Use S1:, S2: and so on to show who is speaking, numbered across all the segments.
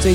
S1: 最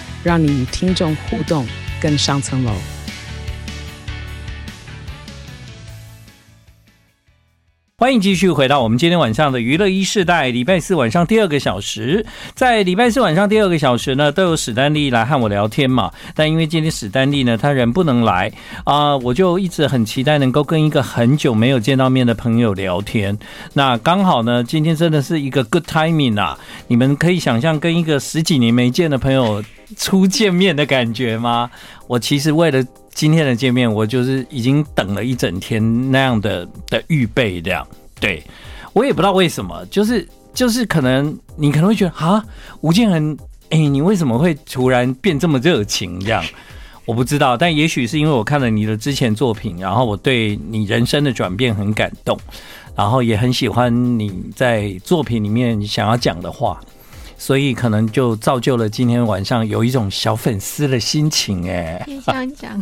S1: 让你与听众互动更上层楼。
S2: 欢迎继续回到我们今天晚上的娱乐一世代，礼拜四晚上第二个小时，在礼拜四晚上第二个小时呢，都有史丹利来和我聊天嘛。但因为今天史丹利呢，他人不能来啊、我就一直很期待能够跟一个很久没有见到面的朋友聊天。那刚好呢，今天真的是一个 good timing 啊！你们可以想象跟一个十几年没见的朋友初见面的感觉吗？我其实为了今天的见面，我就是已经等了一整天那样的的预备这样。对我也不知道为什么，就是就是可能你可能会觉得啊，吴建衡，哎、你为什么会突然变这么热情这样？我不知道，但也许是因为我看了你的之前作品，然后我对你人生的转变很感动，然后也很喜欢你在作品里面想要讲的话，所以可能就造就了今天晚上有一种小粉丝的心情哎、
S3: 别这样 讲，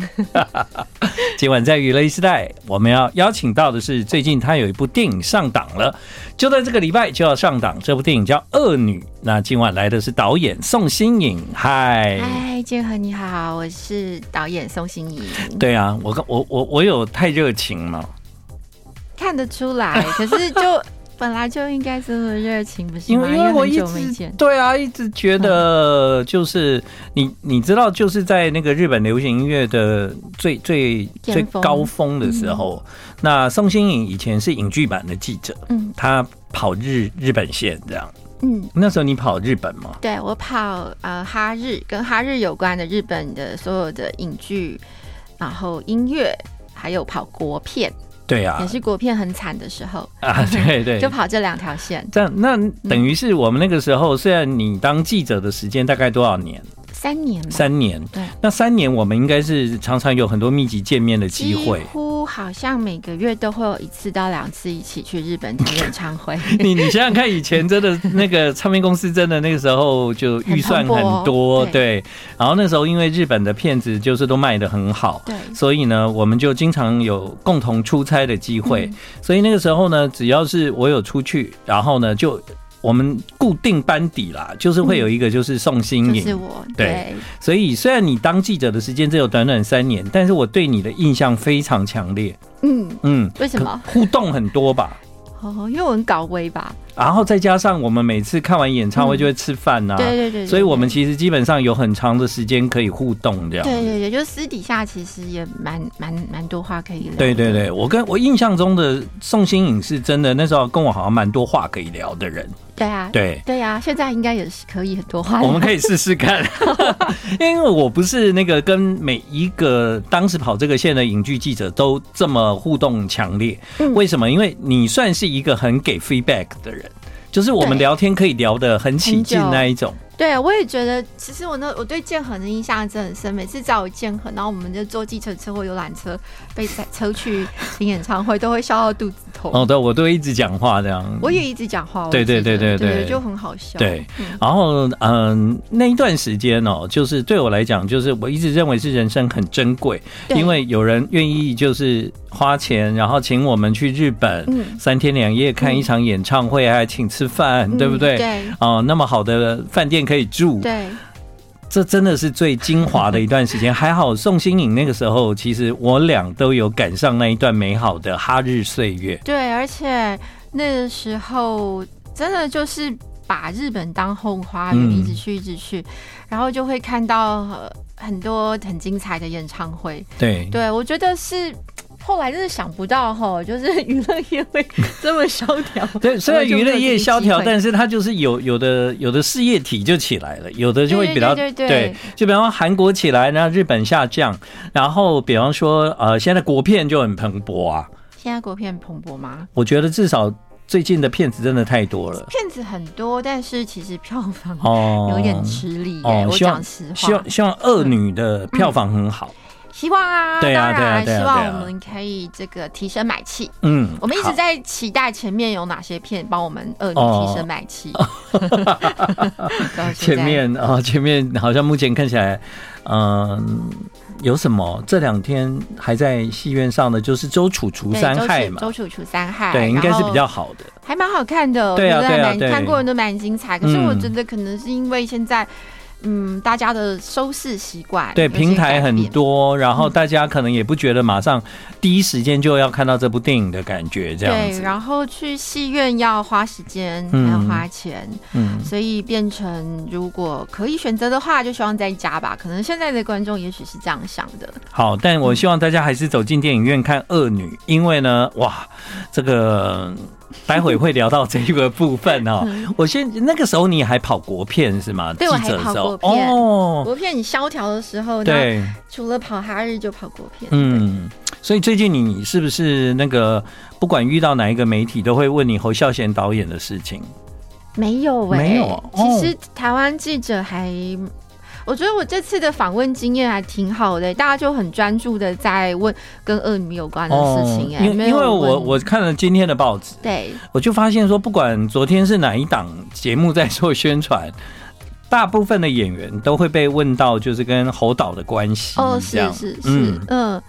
S2: 今晚在娱乐一时代，我们要邀请到的是最近他有一部电影上档了，就在这个礼拜就要上档。这部电影叫《恶女》。那今晚来的是导演宋新颖，嗨。
S3: 嗨，哎建和你好，我是导演宋 欣怡，
S2: 对啊，我刚我我我有太热情吗？
S3: 看得出来，可是 就本来就应该这么热情，不是
S2: 因
S3: 吗？
S2: 为因为我
S3: 很
S2: 一
S3: 久没
S2: 直
S3: 见，嗯
S2: 对啊，一直觉得就是你你知道，就是在那个日本流行音乐的最最
S3: 巅
S2: 最
S3: 峰
S2: 高峰的时候，那宋新颖以前是影剧版的记者，
S3: 嗯
S2: 她跑日日本线这样。
S3: 嗯。
S2: 那时候你跑日本吗？
S3: 对我跑呃哈日跟哈日有关的日本的所有的影剧，然后音乐，还有跑国片，
S2: 对啊
S3: 也，是国片很惨的时候，
S2: 啊，对对
S3: 就。跑这两条线，
S2: 这样，那等于是我们那个时候，虽然你当记者的时间大概多少年？
S3: 三年吧，
S2: 三年。
S3: 对。
S2: 那三年，我们应该是常常有很多密集见面的机会
S3: 几。乎好像每个月都会有一次到两次一起去日本听演唱 会。
S2: 你你想想看，以前真的那个唱片公司真的那个时候就预算
S3: 很蓬勃哦
S2: 很多，
S3: 对
S2: 对。然后那时候因为日本的片子就是都卖得很好，
S3: 对，
S2: 所以呢，我们就经常有共同出差的机会。
S3: 嗯
S2: 所以那个时候呢，只要是我有出去，然后呢，就我们固定班底啦，就是会有一个就是宋新
S3: 就
S2: 颖。
S3: 是我，
S2: 对所以虽然你当记者的时间只有短短三年，但是我对你的印象非常强烈。
S3: 嗯，
S2: 嗯，
S3: 为什么？
S2: 可互动很多吧？
S3: 哦，因为我很搞微吧，
S2: 然后再加上我们每次看完演唱会就会吃饭呐、
S3: 对对对对，
S2: 啊所以我们其实基本上有很长的时间可以互动这样。
S3: 对对对，就私底下其实也蛮蛮蛮多话可以聊。
S2: 对对，对，我跟我印象中的宋新颖是真的，那时候跟我好像蛮多话可以聊的人。
S3: 对啊，
S2: 对，
S3: 对啊，现在应该也是可以很多话聊。
S2: 我们可以试试看，因为我不是那个跟每一个当时跑这个线的影剧记者都这么互动强烈。
S3: 嗯
S2: 为什么？因为你算是一个很给 feedback 的人，就是我们
S3: 对
S2: 聊天可以聊得很起劲
S3: 很久
S2: 那一种。
S3: 对，我也觉得，其实我那我对建恒的印象真的很深。每次找我建恒，然后我们就坐计程车或游览车被塞车去听演唱会，都会笑到肚子痛。
S2: 哦，对，我都会一直讲话这样。
S3: 我也一直讲话，我
S2: 对对
S3: 记
S2: 对
S3: 得
S2: 对
S3: 对
S2: 对
S3: 就很好笑。
S2: 对
S3: 嗯，
S2: 然后嗯，那一段时间哦，就是对我来讲，就是我一直认为是人生很珍贵，
S3: 对
S2: 因为有人愿意就是花钱，然后请我们去日本、
S3: 嗯
S2: 三天两夜看一场演唱会，还请吃饭，对不对？
S3: 嗯对
S2: 哦，那么好的饭店可以住，
S3: 对，
S2: 这真的是最精华的一段时 间。还好宋新颖那个时候，其实我俩都有赶上那一段美好的哈日岁月。
S3: 对，而且那个时候真的就是把日本当后花园，
S2: 嗯
S3: 一直去，一直去，然后就会看到、呃很多很精彩的演唱会。
S2: 对，
S3: 对我觉得是。后来真的想不到哈，就是 娱乐业会这么萧条。
S2: 对，虽然娱乐业萧条，
S3: 是
S2: 但是它就是有有的有的事业体就起来了，有的就会比较
S3: 对对对对
S2: 就比方说韩国起来，然后日本下降，然后比方说呃，现在国片就很蓬勃啊，
S3: 现在国片蓬勃吗？
S2: 我觉得至少。最近的骗子真的太多了
S3: 骗子很多，但是其实票房
S2: 哦，
S3: 有点嗯吃力
S2: 哦
S3: 耶。我
S2: 希望
S3: 讲实
S2: 希
S3: 话
S2: 望，希望恶女的票房很好，嗯
S3: 希望啊，
S2: 对啊
S3: 当然
S2: 对啊对啊
S3: 希
S2: 对啊
S3: 望我们可以这个提升买气。
S2: 嗯，
S3: 我们一直
S2: 好
S3: 在期待前面有哪些片帮我们
S2: 呃
S3: 恶女提升买气。 到现在
S2: 前面啊、前面好像目前看起来，嗯，有什么？这两天还在戏院上的就是《周楚除
S3: 对
S2: 三
S3: 周
S2: 害》
S3: 楚
S2: 嘛
S3: 周，楚除三害，
S2: 对，应该是比
S3: 然
S2: 较
S3: 后
S2: 好的。
S3: 还蛮好看的，我
S2: 对
S3: 觉
S2: 啊
S3: 得
S2: 对
S3: 还
S2: 啊
S3: 蛮
S2: 对
S3: 看过人都蛮精彩。可是
S2: 嗯
S3: 我觉得可能是因为现在。嗯，大家的收视习惯
S2: 对，
S3: 有些
S2: 平台
S3: 改
S2: 很
S3: 变嗯
S2: 多，然后大家可能也不觉得马上第一时间就要看到这部电影的感觉，这样
S3: 对，
S2: 子。
S3: 然后去戏院要花时间，
S2: 嗯
S3: 还要花钱，
S2: 嗯，
S3: 所以变成如果可以选择的话，就希望在家吧。可能现在的观众也许是这样想的，
S2: 好，但我希望大家还是走进电影院看《恶女》，因为呢，哇，这个待会会聊到这一个部分 哦。我先那个时候你还跑国片是吗？
S3: 嗯对我还
S2: 记者的时候
S3: 跑国片
S2: 哦，
S3: 国片你萧条的时候，那
S2: 对，
S3: 除了跑哈日就跑国片，
S2: 嗯。所以最近你是不是那个不管遇到哪一个媒体都会问你侯孝贤导演的事情？
S3: 没有哎、
S2: 没有哦
S3: 其实台湾记者还。我觉得我这次的访问经验还挺好的、大家就很专注的在问跟恶女有关的事情、哎、
S2: 哦因
S3: 没
S2: 为
S3: 有
S2: 因为我
S3: 问
S2: 我看了今天的报纸，
S3: 对
S2: 我就发现说，不管昨天是哪一档节目在做宣传，大部分的演员都会被问到，就是跟侯导的关系。
S3: 哦，
S2: 这
S3: 是
S2: 样
S3: 是是，
S2: 嗯
S3: 嗯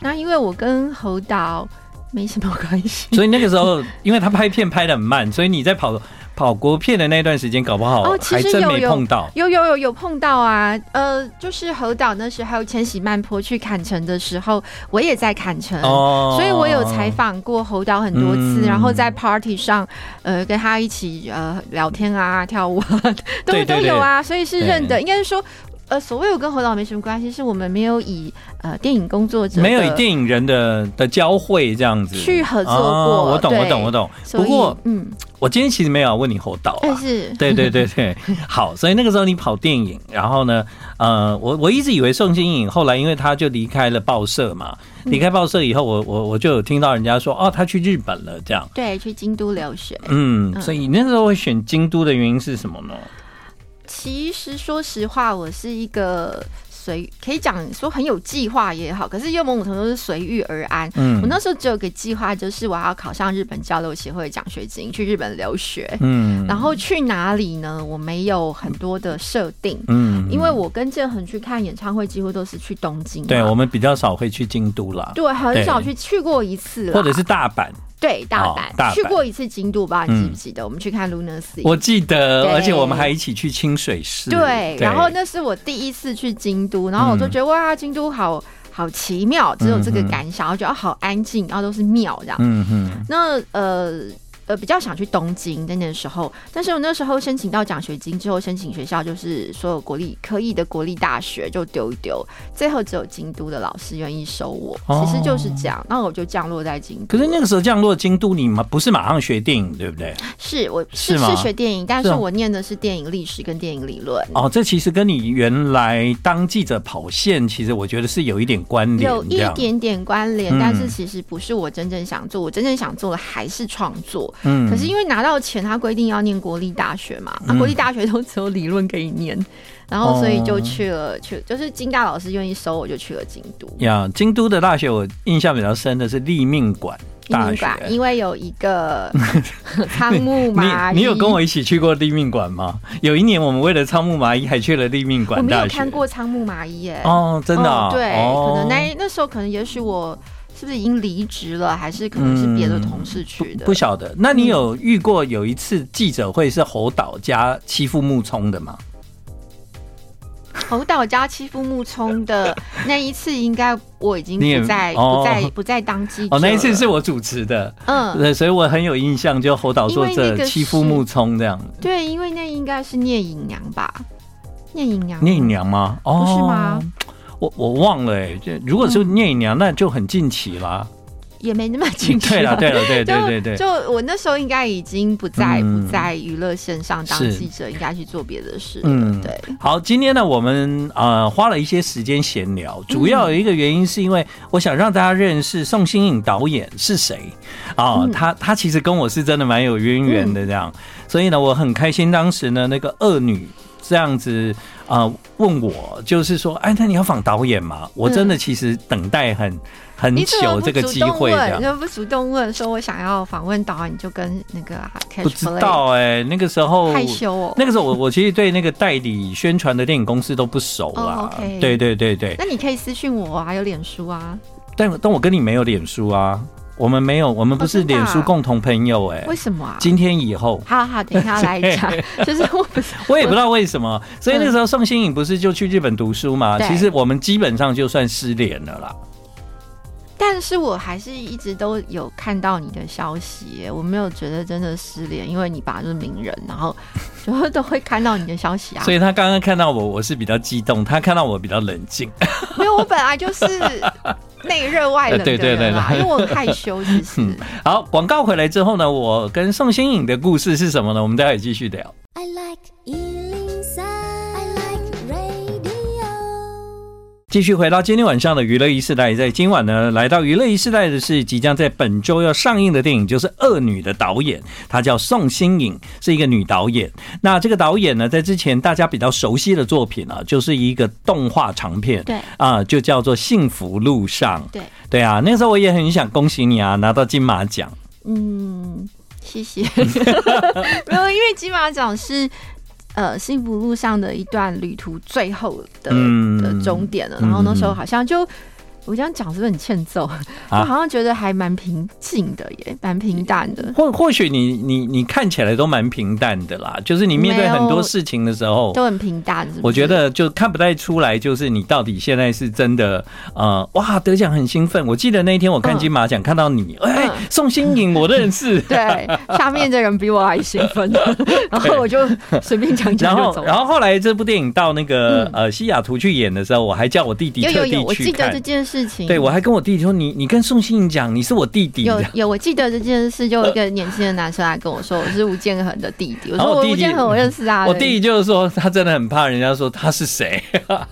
S3: 那因为我跟侯导没什么关系。
S2: 所以那个时候，因为他拍片拍的很慢，所以你在跑跑国片的那段时间，搞不好
S3: 哦其
S2: 还
S3: 实
S2: 真
S3: 有
S2: 没
S3: 有
S2: 碰到。
S3: 有有有有碰到啊，呃，就是侯导那时候千禧慢坡去坎城的时候，我也在坎城。
S2: 哦
S3: 嗯所以我有采。访过侯导很多次，
S2: 嗯
S3: 然后在 party 上，呃，跟他一起呃聊天啊、跳舞啊， 都
S2: 对对
S3: 都有啊，所以是认
S2: 对
S3: 的。应该是说，呃，所谓我跟侯导没什么关系，是我们没有以呃电影工作者
S2: 哦没有
S3: 的
S2: 以电影人的的交汇这样子
S3: 去合作过
S2: 哦我懂，
S3: 对
S2: 我懂，我懂。
S3: 所
S2: 不
S3: 以
S2: 过
S3: 嗯，
S2: 我今天其实没有要问你侯导啊，
S3: 但哎 是
S2: 对对对对，好，所以那个时候你跑电影，然后呢，呃，我我一直以为宋庆颖后来因为他就离开了报社嘛，
S3: 嗯
S2: 离开报社以后，我我我就有听到人家说，哦，他去日本了这样，
S3: 对，去京都留学。
S2: 嗯，所以那时候会选京都的原因是什么呢？
S3: 其实说实话，我是一个随可以讲说很有计划也好，可是又某种程度是随遇而安。
S2: 嗯
S3: 我那时候只有个计划，就是我要考上日本交流协会奖学金，去日本留学。
S2: 嗯
S3: 然后去哪里呢？我没有很多的设定，
S2: 嗯，
S3: 因为我跟建恒去看演唱会，几乎都是去东京嘛。
S2: 对我们比较少会去京都啦，
S3: 对啊很少
S2: 对
S3: 去去过一次啦，
S2: 或者是大阪，
S3: 对大
S2: 哦
S3: 阪、
S2: 大阪
S3: 去过一次京都吧？你记
S2: 嗯
S3: 不记得？我们去看 Luna Sea。
S2: 我记得，
S3: 对
S2: 而且我们还一起去清水寺，
S3: 对，然后？那是我第一次去京都，然后我
S2: 嗯
S3: 就觉得、哇，京都好好奇妙，只有这个感想，我觉得哦好安静，然后都是庙这样。
S2: 嗯哼，
S3: 那呃。呃，比较想去东京的那时候，但是我那时候申请到奖学金之后，申请学校就是所有国立可以的国立大学就丢一丢，最后只有京都的老师愿意收我，
S2: 哦
S3: 其实就是这样。那我就降落在京都。
S2: 可是那个时候降落京都，你们不是马上学电影，对不对？
S3: 是我
S2: 是
S3: 是
S2: 吗
S3: 是学电影，但
S2: 是
S3: 是
S2: 啊
S3: 我念的是电影历史跟电影理论。
S2: 哦，这其实跟你原来当记者跑线，其实我觉得是有一点关联，
S3: 有一
S2: 这样，
S3: 点点关联，
S2: 嗯
S3: 但是其实不是我真正想做，我真正想做的还是创作。
S2: 嗯
S3: 可是因为拿到钱，他规定要念国立大学嘛，那、
S2: 嗯
S3: 国立大学都只有理论可以念，然后所以就去了，
S2: 哦
S3: 去就是金大老师愿意收我，就去了京都。
S2: 呀，京都的大学我印象比较深的是立命馆大学。
S3: 馆，因为有一 个仓木
S2: 你
S3: 麻衣，
S2: 你有跟我一起去过立命馆吗？有一年我们为了仓木麻衣还去了立命
S3: 我
S2: 馆
S3: 没
S2: 大学。
S3: 有看过仓木麻衣耶、
S2: 哦，真的啊、
S3: 嗯对，
S2: 哦
S3: 可能那那时候可能也许我是不是已经离职了，还是可能是别的同事去的，
S2: 嗯
S3: 嗯
S2: 不晓得。那你有遇过有一次记者会是侯导加欺负木聪的吗？
S3: 侯导家欺负木聪的那一次，应该我已经
S2: 你也
S3: 不在、
S2: 哦
S3: 不在不在当记者
S2: 哦，
S3: 了。
S2: 那一次是我主持的，
S3: 嗯，
S2: 对，所以我很有印象，就侯导
S3: 因
S2: 作
S3: 为那
S2: 者
S3: 个
S2: 欺负
S3: 是
S2: 木聪这样。
S3: 对，因为那应该是聂隐娘吧？聂隐娘，
S2: 聂隐娘吗？哦，
S3: 不是吗？嗯
S2: 我我忘了哎、这如果是聂隐娘，那就很近期啦。
S3: 也没那么进去
S2: 对了，对了，对
S3: 就
S2: 对对对，
S3: 就我那时候应该已经不在、
S2: 嗯
S3: 不在娱乐线上当
S2: 是
S3: 记者，应该去做别的事了。
S2: 嗯
S3: 对，
S2: 好，今天呢，我们呃花了一些时间闲聊，主要有一个原因是因为我想让大家认识宋新颖导演是谁啊、
S3: 嗯
S2: 他他其实跟我是真的蛮有渊源的这样，嗯所以呢，我很开心当时呢那个恶女。这样子啊、呃问我就是说，哎，那你要访导演吗？我真的嗯其实等待很、很
S3: 你怎么
S2: 久
S3: 不
S2: 这个
S3: 主
S2: 机
S3: 动
S2: 会这
S3: 问？
S2: 样
S3: 你。怎么不主动问说我想要访问导演，就跟那个啊 Catch
S2: 不知
S3: Play
S2: 道哎、那个时候
S3: 害羞哦。
S2: 那个时候我我其实对那个代理宣传的电影公司都不熟啦
S3: 哦，，OK
S2: 对对对对，
S3: 那你可以私讯我啊，有脸书啊？
S2: 但但我跟你没有脸书啊，我们没有，我们不是
S3: 哦真的啊
S2: 脸书共同朋友哎、
S3: 为什么啊？
S2: 今天以后，
S3: 好好，等一 下来讲。就是我不是
S2: 我也不知道为什么，所以那时候宋新颖不是就去日本读书嘛？
S3: 嗯对
S2: 其实我们基本上就算失联了啦。
S3: 但是我还是一直都有看到你的消息耶，我没有觉得真的失联，因为你爸就是名人，然后就都会看到你的消息啊
S2: 所。以他刚刚看到我，我是比较激动；他看到我比较冷静。
S3: 没有，我本来就是内 热外冷的
S2: 对对对
S3: 人啦，
S2: 对
S3: 因为我很害羞，其实。
S2: 好，广告回来之后呢，我跟宋新颖的故事是什么呢？我们待会继续聊。
S4: I like Ealing Sound. I like radio.
S2: 继续回到今天晚上的娱乐一世代，在今晚呢，来到娱乐一世代的是即将在本周要上映的电影，就是《恶女》的导演，她叫宋新颖，是一个女导演。那这个导演呢，在之前大家比较熟悉的作品啊，就是一个动画长片，
S3: 对
S2: 啊、就叫做《幸福路上》。
S3: 对，
S2: 对啊，那时候我也很想恭喜你啊，拿到金马奖。
S3: 嗯，谢 谢。没有，因为金马奖是呃幸福路上的一段旅途最后的、
S2: 嗯
S3: 的终点啊了。然后那时候
S2: 嗯
S3: 好像就。我这样讲是不是很欠揍？
S2: 啊
S3: 我好像觉得还蛮平静的耶，蛮平淡的。
S2: 或或许你你你看起来都蛮平淡的啦，就是你面对
S3: 没有
S2: 很多事情的时候，
S3: 都很平淡是不是
S2: 我觉得就看不太出来，就是你到底现在是真的呃，哇，得奖很兴奋。我记得那一天我看金马奖、看到你，哎、
S3: 嗯。
S2: 宋新颖我认识
S3: 对，下面的人比我还兴 奋，然后我就随便讲
S2: 然
S3: 讲就
S2: 后，
S3: 走了。嗯
S2: 然后后来这部电影到那个、呃西雅图去演的时候，我还叫我弟弟
S3: 有
S2: 特
S3: 有有，
S2: 地
S3: 我
S2: 去
S3: 记得
S2: 看
S3: 这。件事情。
S2: 对，我还跟我弟弟说，你你跟宋新颖讲，你是我弟弟。啊
S3: 有有，我记得这件事，就有一个年轻的男生来跟我说，我是吴建衡的弟弟。我
S2: 然后我
S3: 说我
S2: 哦弟弟
S3: 吴建衡我认识啊，
S2: 我弟弟就是说，他真的很怕人家说他是 谁。对，
S3: 哎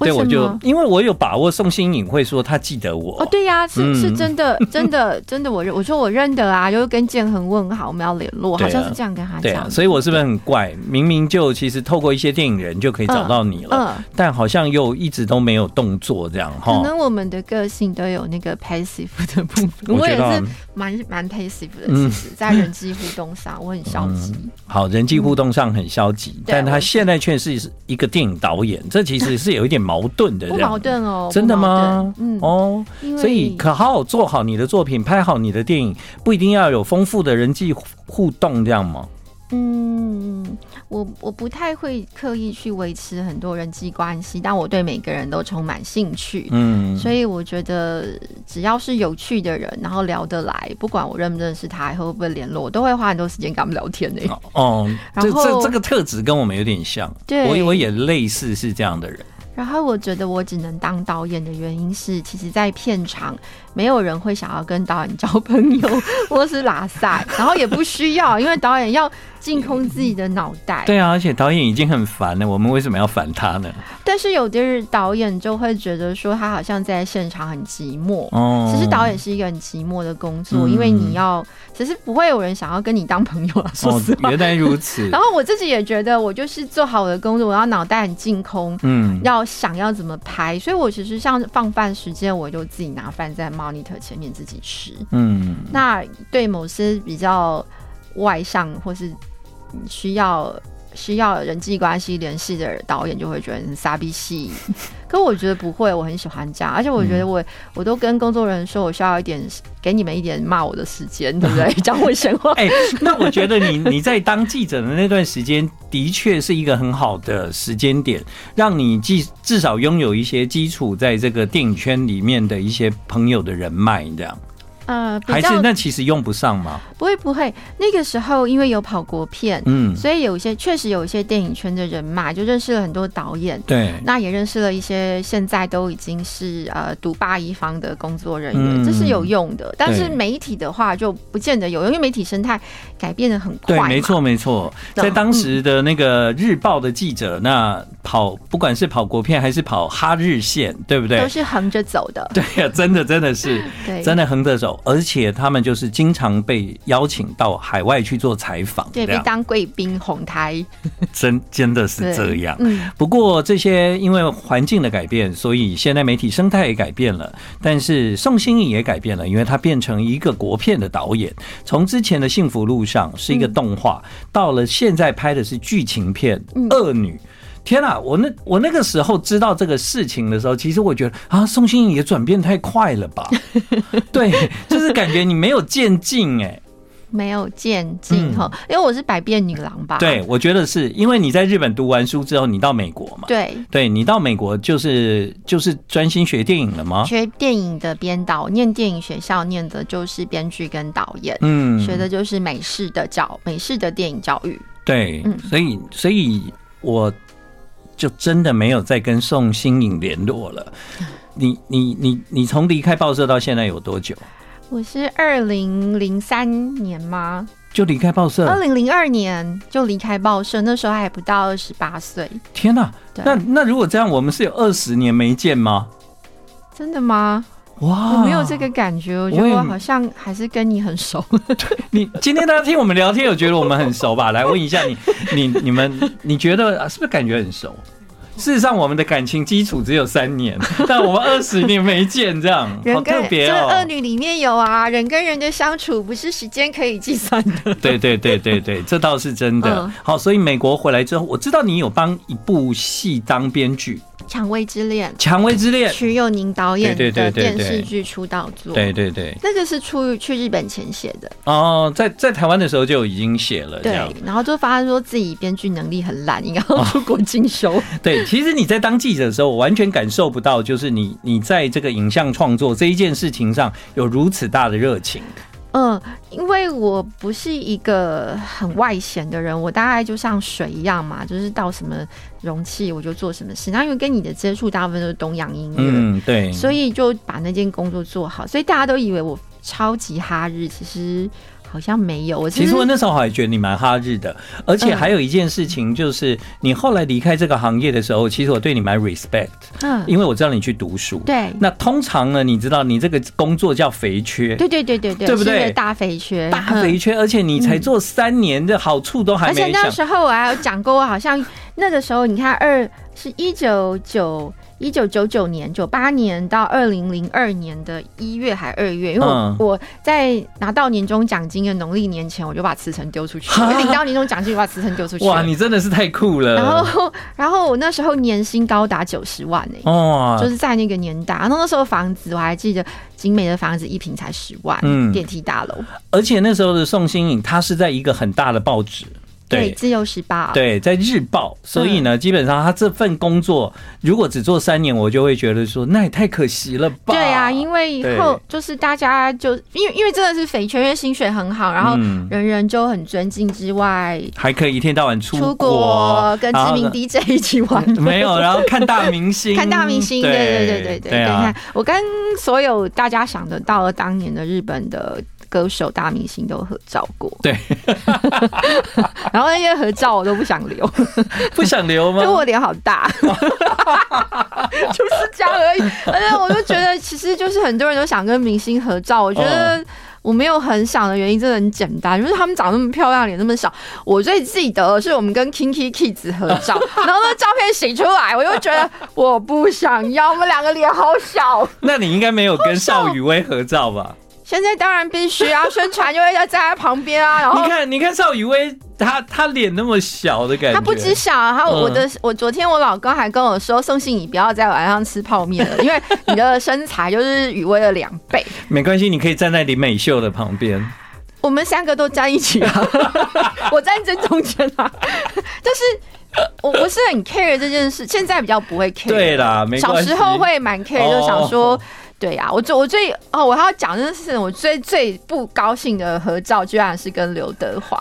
S3: 为什么
S2: 我就因为我有把握宋新颖会说他记得我。
S3: 哦，对呀、是
S2: 嗯
S3: 是真的，真的真的，我认我说我认得啊，就是跟建衡问好，我们要联络，
S2: 对啊
S3: 好像是这样跟他
S2: 对
S3: 讲
S2: 啊，。所以我是不是很怪？明明就其实透过一些电影人就可以找到你了，
S3: 嗯嗯
S2: 但好像又一直都没有动作这样
S3: 可
S2: 哈。
S3: 能我们的个性都有那个 passive 的部分，
S2: 我
S3: 我
S2: 觉
S3: 也
S2: 得啊
S3: 是蛮蛮 passive 的。
S2: 嗯
S3: 其实，在人际互动上，我很消极。
S2: 好，人际互动上很消极，
S3: 嗯
S2: 但他现在却是一个电影导演，这其实是有一点矛盾的。
S3: 不
S2: 这样
S3: 矛，盾哦，
S2: 真的
S3: 不矛
S2: 吗
S3: 盾？嗯，
S2: 哦，
S3: 因为
S2: 所以可好好做好你的作品，拍好你的电影，不一定要有丰富的人际互动，这样吗？
S3: 嗯，我我不太会刻意去维持很多人际关系，但我对每个人都充满兴趣。
S2: 嗯，
S3: 所以我觉得，只要是有趣的人，然后聊得来，不管我认不认识他，会不会联络，我都会花很多时间跟他们聊天呢、
S2: 哦，这
S3: 然后
S2: 这这个特质跟我们有点像，
S3: 对
S2: 我我也类似是这样的人。
S3: 然后我觉得我只能当导演的原因是，其实，在片场没有人会想要跟导演交朋友 或是拉塞，然后也不需要，因为导演要净空自己的脑袋。
S2: 对啊，而且导演已经很烦了，我们为什么要烦他呢？
S3: 但是有的人导演就会觉得说，他好像在现场很寂寞。
S2: 哦
S3: 其实导演是一个很寂寞的工作，
S2: 嗯
S3: 因为你要，其实不会有人想要跟你当朋友啊，说实话。
S2: 哦、原来如此
S3: 然。后我自己也觉得，我就是做好我的工作，我要脑袋很净空，
S2: 嗯，
S3: 要想要怎么拍。所以我其实像放饭时间，我就自己拿饭在 monitor 前面自己吃。
S2: 嗯，
S3: 那对某些比较外向或是需要需要人际关系联系的导演，就会觉得很傻逼 戏。可我觉得不会，我很喜欢这样，而且我觉得我、我都跟工作人员说，我需要一点给你们一点骂我的时间，对不 对？讲我闲话。
S2: 哎、那我觉得你你在当记者的那段时间，的确是一个很好的时间点，让你至至少拥有一些基础，在这个电影圈里面的一些朋友的人脉，这样。
S3: 呃，比
S2: 还
S3: 较
S2: 是那其实用不上嘛？
S3: 不会不会，那个时候因为有跑国片，
S2: 嗯，
S3: 所以有一些确实有一些电影圈的人嘛，就认识了很多导演。
S2: 对，
S3: 那也认识了一些现在都已经是呃独霸一方的工作人员，
S2: 嗯
S3: 这是有用的。但是
S2: 对
S3: 媒体的话就不见得有用，因为媒体生态改变的很快
S2: 对，
S3: 嘛。
S2: 没错没错，
S3: 懂
S2: 在当时的那个日报的记者，那跑不管是跑国片还是跑哈日线，对不
S3: 都
S2: 对？
S3: 是横着走的。
S2: 对呀、 真的真的是
S3: 对，
S2: 真的横着走，而且他们就是经常被邀请到海外去做采访，
S3: 对，
S2: 这
S3: 被
S2: 样
S3: 当贵宾哄抬，
S2: 真真的是
S3: 对
S2: 这样。
S3: 嗯，
S2: 不过这些因为环境的改变，所以现在媒体生态也改变了，但是宋欣怡也改变了，因为她变成一个国片的导演，从之前的《幸福路上》是一个动画，到了现在拍的是剧情片
S3: 嗯
S2: 《恶女》。天啊，我那我那个时候知道这个事情的时候，其实我觉得啊，宋欣怡也转变太快了 吧？对，就是感觉你没有渐进哎、
S3: 没有渐进
S2: 嗯
S3: 哈，因为我是百变女郎吧？
S2: 对，我觉得是因为你在日本读完书之后，你到美国嘛，
S3: 对，
S2: 对你到美国就是就是专心学电影了吗？
S3: 学电影的编导，念电影学校念的就是编剧跟导演，
S2: 嗯，
S3: 学的就是美式的教美式的电影教育。
S2: 对
S3: 嗯，
S2: 所以所以我就真的没有再跟宋新颖联络 了。你你你你从离开报社到现在有多久？
S3: 我是二零零三年吗？
S2: 就离开报
S3: 二
S2: 社？
S3: 零零二年就离开报社，那时候还不到二十八岁。
S2: 天哪、
S3: 对
S2: 那那如果这样，我们是有二十年没见吗？
S3: 真的吗？
S2: 哇，
S3: 我没有这个感觉，我觉得
S2: 我也
S3: 我好像还是跟你很熟。
S2: 你今天大家听我们聊天，有觉得我们很熟吧？ 来问一下你，你你们，你觉得啊是不是感觉很熟？事实上，我们的感情基础只有三年， 但我们二十年没见，这样好
S3: 人
S2: 特
S3: 跟
S2: 别
S3: 这个恶
S2: 哦。
S3: 女里面有啊，人跟人的相处不是时间可以计算的。
S2: 对对对对对，这倒是真的
S3: 嗯。
S2: 好，所以美国回来之后，我知道你有帮一部戏当编剧，
S3: 《 蔷薇之恋
S2: 《蔷薇之》恋》。
S3: 瞿幼宁导演
S2: 对对
S3: 的
S2: 对对
S3: 电
S2: 对
S3: 视剧出道作，
S2: 对对对，
S3: 那个是出于去日本前写的。
S2: 哦，在在台湾的时候就已经写了这
S3: 对
S2: 样。，
S3: 然后就发现说自己编剧能力很烂，应该要出国进修。
S2: 对，其实你在当记者的时候，我完全感受不到，就是你你在这个影像创作这一件事情上有如此大的热情。
S3: 嗯，因为我不是一个很外显的人，我大概就像水一样嘛，就是到什么容器我就做什么事。那因为跟你的接触大部分都是东洋音乐，
S2: 嗯，对，
S3: 所以就把那件工作做好。所以大家都以为我超级哈日，其实好像没有。我
S2: 其实我那时候还觉得你蛮哈日的，而
S3: 嗯
S2: 且还有一件事情就是，你后来离开这个行业的时候，其实我对你蛮 respect，
S3: 嗯，
S2: 因为我知道你去读书。
S3: 对
S2: 那通常呢，你知道你这个工作叫肥缺，
S3: 对对对对对，
S2: 对不对
S3: 是一个大肥缺，
S2: 大肥
S3: 嗯
S2: 缺，而且你才做三年的好处都还
S3: 而且
S2: 没
S3: 那
S2: 想。
S3: 时候我还有讲过，我好像那个时候你看二是一九九一九九九年九八年到二零零二年的一月还二月，因为我、
S2: 嗯
S3: 我在拿到年终奖金的农历年前，我就把辞呈丢出去了，
S2: 哈
S3: 我领到年终奖金，我把辞呈丢出去了。
S2: 哇，你真的是太酷
S3: 然
S2: 了！
S3: 后，然后我那时候年薪高达九十万呢、
S2: 哇，
S3: 就是在那个年代，然后那时候房子我还记得，景美的房子一平才十万，
S2: 嗯
S3: 电梯大楼，
S2: 而且那时候的宋新颖，她是在一个很大的报纸，对
S3: 自由时报，
S2: 对，在日
S3: 嗯
S2: 报，所以呢，基本上她这份工作如果只做三年，我就会觉得说那也太可惜了吧。
S3: 对啊，因为以后就是大家就因为因为真的是肥圈，因为薪水很好，然后
S2: 嗯
S3: 人人就很尊敬之外，
S2: 还可以一天到晚出
S3: 出
S2: 国
S3: 国跟知名。DJ 一起玩。
S2: 然后呢没有，然后看大明星，
S3: 看大明星，对对对对对
S2: 嗯对
S3: 你看
S2: 啊，，
S3: 我跟所有大家想得到的当年的日本的歌手、大明星都合照过，
S2: 对，
S3: 然后那些合照我都不想留，
S2: 不想留
S3: 因为
S2: 吗？
S3: 我脸好 大，就是这样而已。而且我就觉得，其实就是很多人都想跟明星合
S2: 嗯
S3: 照，我觉得。我没有很想的原因，真的很简单，就是他们长那么漂亮，脸那么小。我最记得是我们跟 Kinky Kids 合 照，然后那照片洗出来，我就觉得我不想要，我们两个脸好小。
S2: 那你应该没有跟邵雨薇合照吧？
S3: 现在当然必须啊，宣传就会在在他旁边啊，然后
S2: 你看，你看邵雨薇，她她脸那么小的感觉，嗯
S3: 他不知晓，然后我的、我昨天我老公还跟我说，宋信你不要在晚上吃泡面了，因为你的身材就是雨薇的两倍。
S2: 没关系，你可以站在林美秀的旁边。
S3: 我们三个都站一起啊， 我站正中间啊， 就是我不是 很 care 这件事，现在比较不会 care。
S2: 对啦没
S3: 小
S2: 关系哦
S3: 时候会蛮 care，就想说。对呀、我最我最哦，我还要讲，真的是我最最不高兴的合照，居然是跟刘德 华，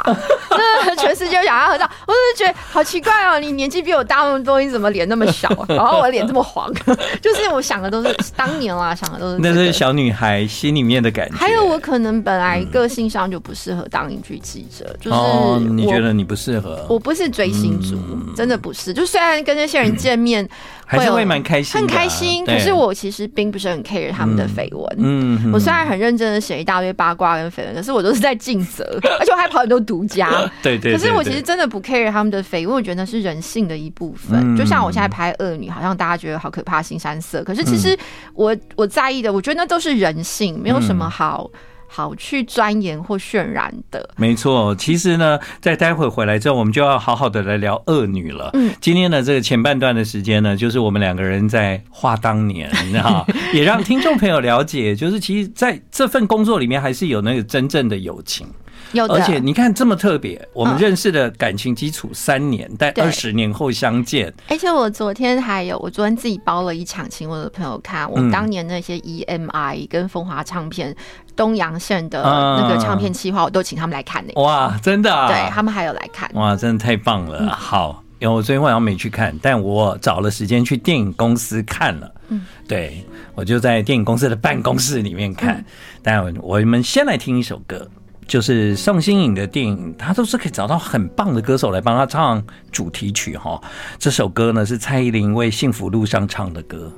S3: 真的全世界想要合照，我真的觉得好奇怪哦，你年纪比我大那么多，你怎么脸那么小，啊然后我脸这么黄， 就是我想的都是当年啦，想的都是、这
S2: 那
S3: 个、
S2: 是小女孩心里面的感觉。
S3: 还有我可能本来个性上就不适合当影剧记者，就是我、
S2: 哦，你觉得你不适合，
S3: 我不是追星族，真的不是。就虽然跟那些人见面，
S2: 嗯 还是
S3: 有
S2: 会蛮开心的啊，
S3: 很开心，
S2: 对
S3: 可是我其实并不是很 care 他们的绯闻。
S2: 嗯
S3: 我虽然很认真的写一大堆八卦跟绯闻，可是我都是在尽 责，而且我还跑很多独家。
S2: 对 对，
S3: 可是
S2: 对
S3: 我其实
S2: 对
S3: 真的不 care 他们的绯闻，我觉得那是人性的一部分。
S2: 嗯
S3: 就像我现在拍《恶女》，好像大家觉得好可怕，新山色。可是其
S2: 嗯
S3: 实我、我在意的，我觉得那都是人性，没有什
S2: 嗯
S3: 么好、好去钻研或渲染的。
S2: 没错，其实呢，在待会回来之后，我们就要好好的来聊恶女了。嗯，今天呢，这个前半段的时间呢，就是我们两个人在话当 年啊，也让听众朋友了解，就是其实在这份工作里面，还是有那个真正的友情。
S3: 有的，
S2: 而且你看这么特别，我们
S3: 嗯
S2: 认识的感情基础三年，但
S3: 对
S2: 二十年后相见，
S3: 而且我昨天还有，我昨天自己包了一场，请我的朋友看
S2: 嗯
S3: 我当年那些 EMI 跟风华唱片、东阳线的那个唱片企划，我都请他们来看呢、
S2: 哇，真啊的、啊，
S3: 对他们还有来看，
S2: 哇，真的太棒了！好，因为我昨天晚上没去看，但我找了时间去电影公司看了。嗯，对，我就在电影公司的办公室里面看。但我们先来听一首歌，就是宋新颖的电影，她都是可以找到很棒的歌手来帮她唱主题曲哈。这首歌呢是蔡依林为《幸福路上》唱的歌。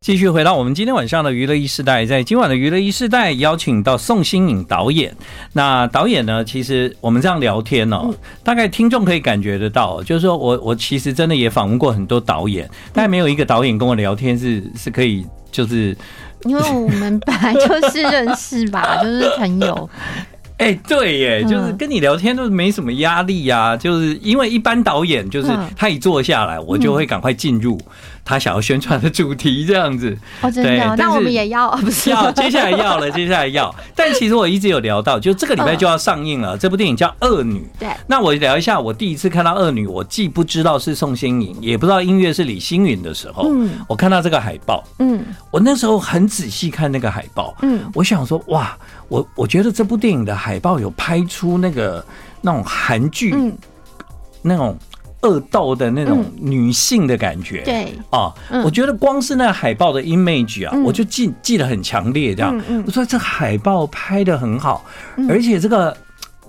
S2: 继续回到我们今天晚上的娱乐一世代，在今晚的娱乐一世代邀请到宋新颖导演。那导演呢，其实我们这样聊天
S3: 嗯
S2: 哦，大概听众可以感觉得到，哦就是说我我其实真的也访问过很多导演，
S3: 嗯
S2: 但没有一个导演跟我聊天是是可以就是
S3: 因为我们本来就是认识 吧，就是朋友。
S2: 哎、对耶，
S3: 嗯
S2: 就是跟你聊天都没什么压力呀、就是因为一般导演就是
S3: 嗯
S2: 他一坐下来，我就会赶快进入他想要宣传的主题这样子。
S3: 哦，真的
S2: 对
S3: 哦、
S2: 但是
S3: 那我们也 要，哦不是
S2: 要，接下来要 了，接下来要。但其实我一直有聊到，就这个礼拜就要上映
S3: 嗯
S2: 了，这部电影叫《恶女》。
S3: 对
S2: 那我聊一下，我第一次看到《恶女》，我既不知道是宋欣颖，也不知道音乐是李星云的时候，
S3: 嗯
S2: 我看到这个海报，
S3: 嗯
S2: 我那时候很仔细看那个海报，
S3: 嗯，
S2: 我想说，哇，我我觉得这部电影的海报有拍出那个那种韩剧、
S3: 嗯，
S2: 那种恶斗的那种女性的感觉，
S3: 对，
S2: 啊，
S3: 嗯
S2: 我觉得光是那海报的 image 啊，
S3: 嗯
S2: 我就记记得很强烈，这样。
S3: 嗯嗯
S2: 我说这海报拍的很好，
S3: 嗯
S2: 而且这个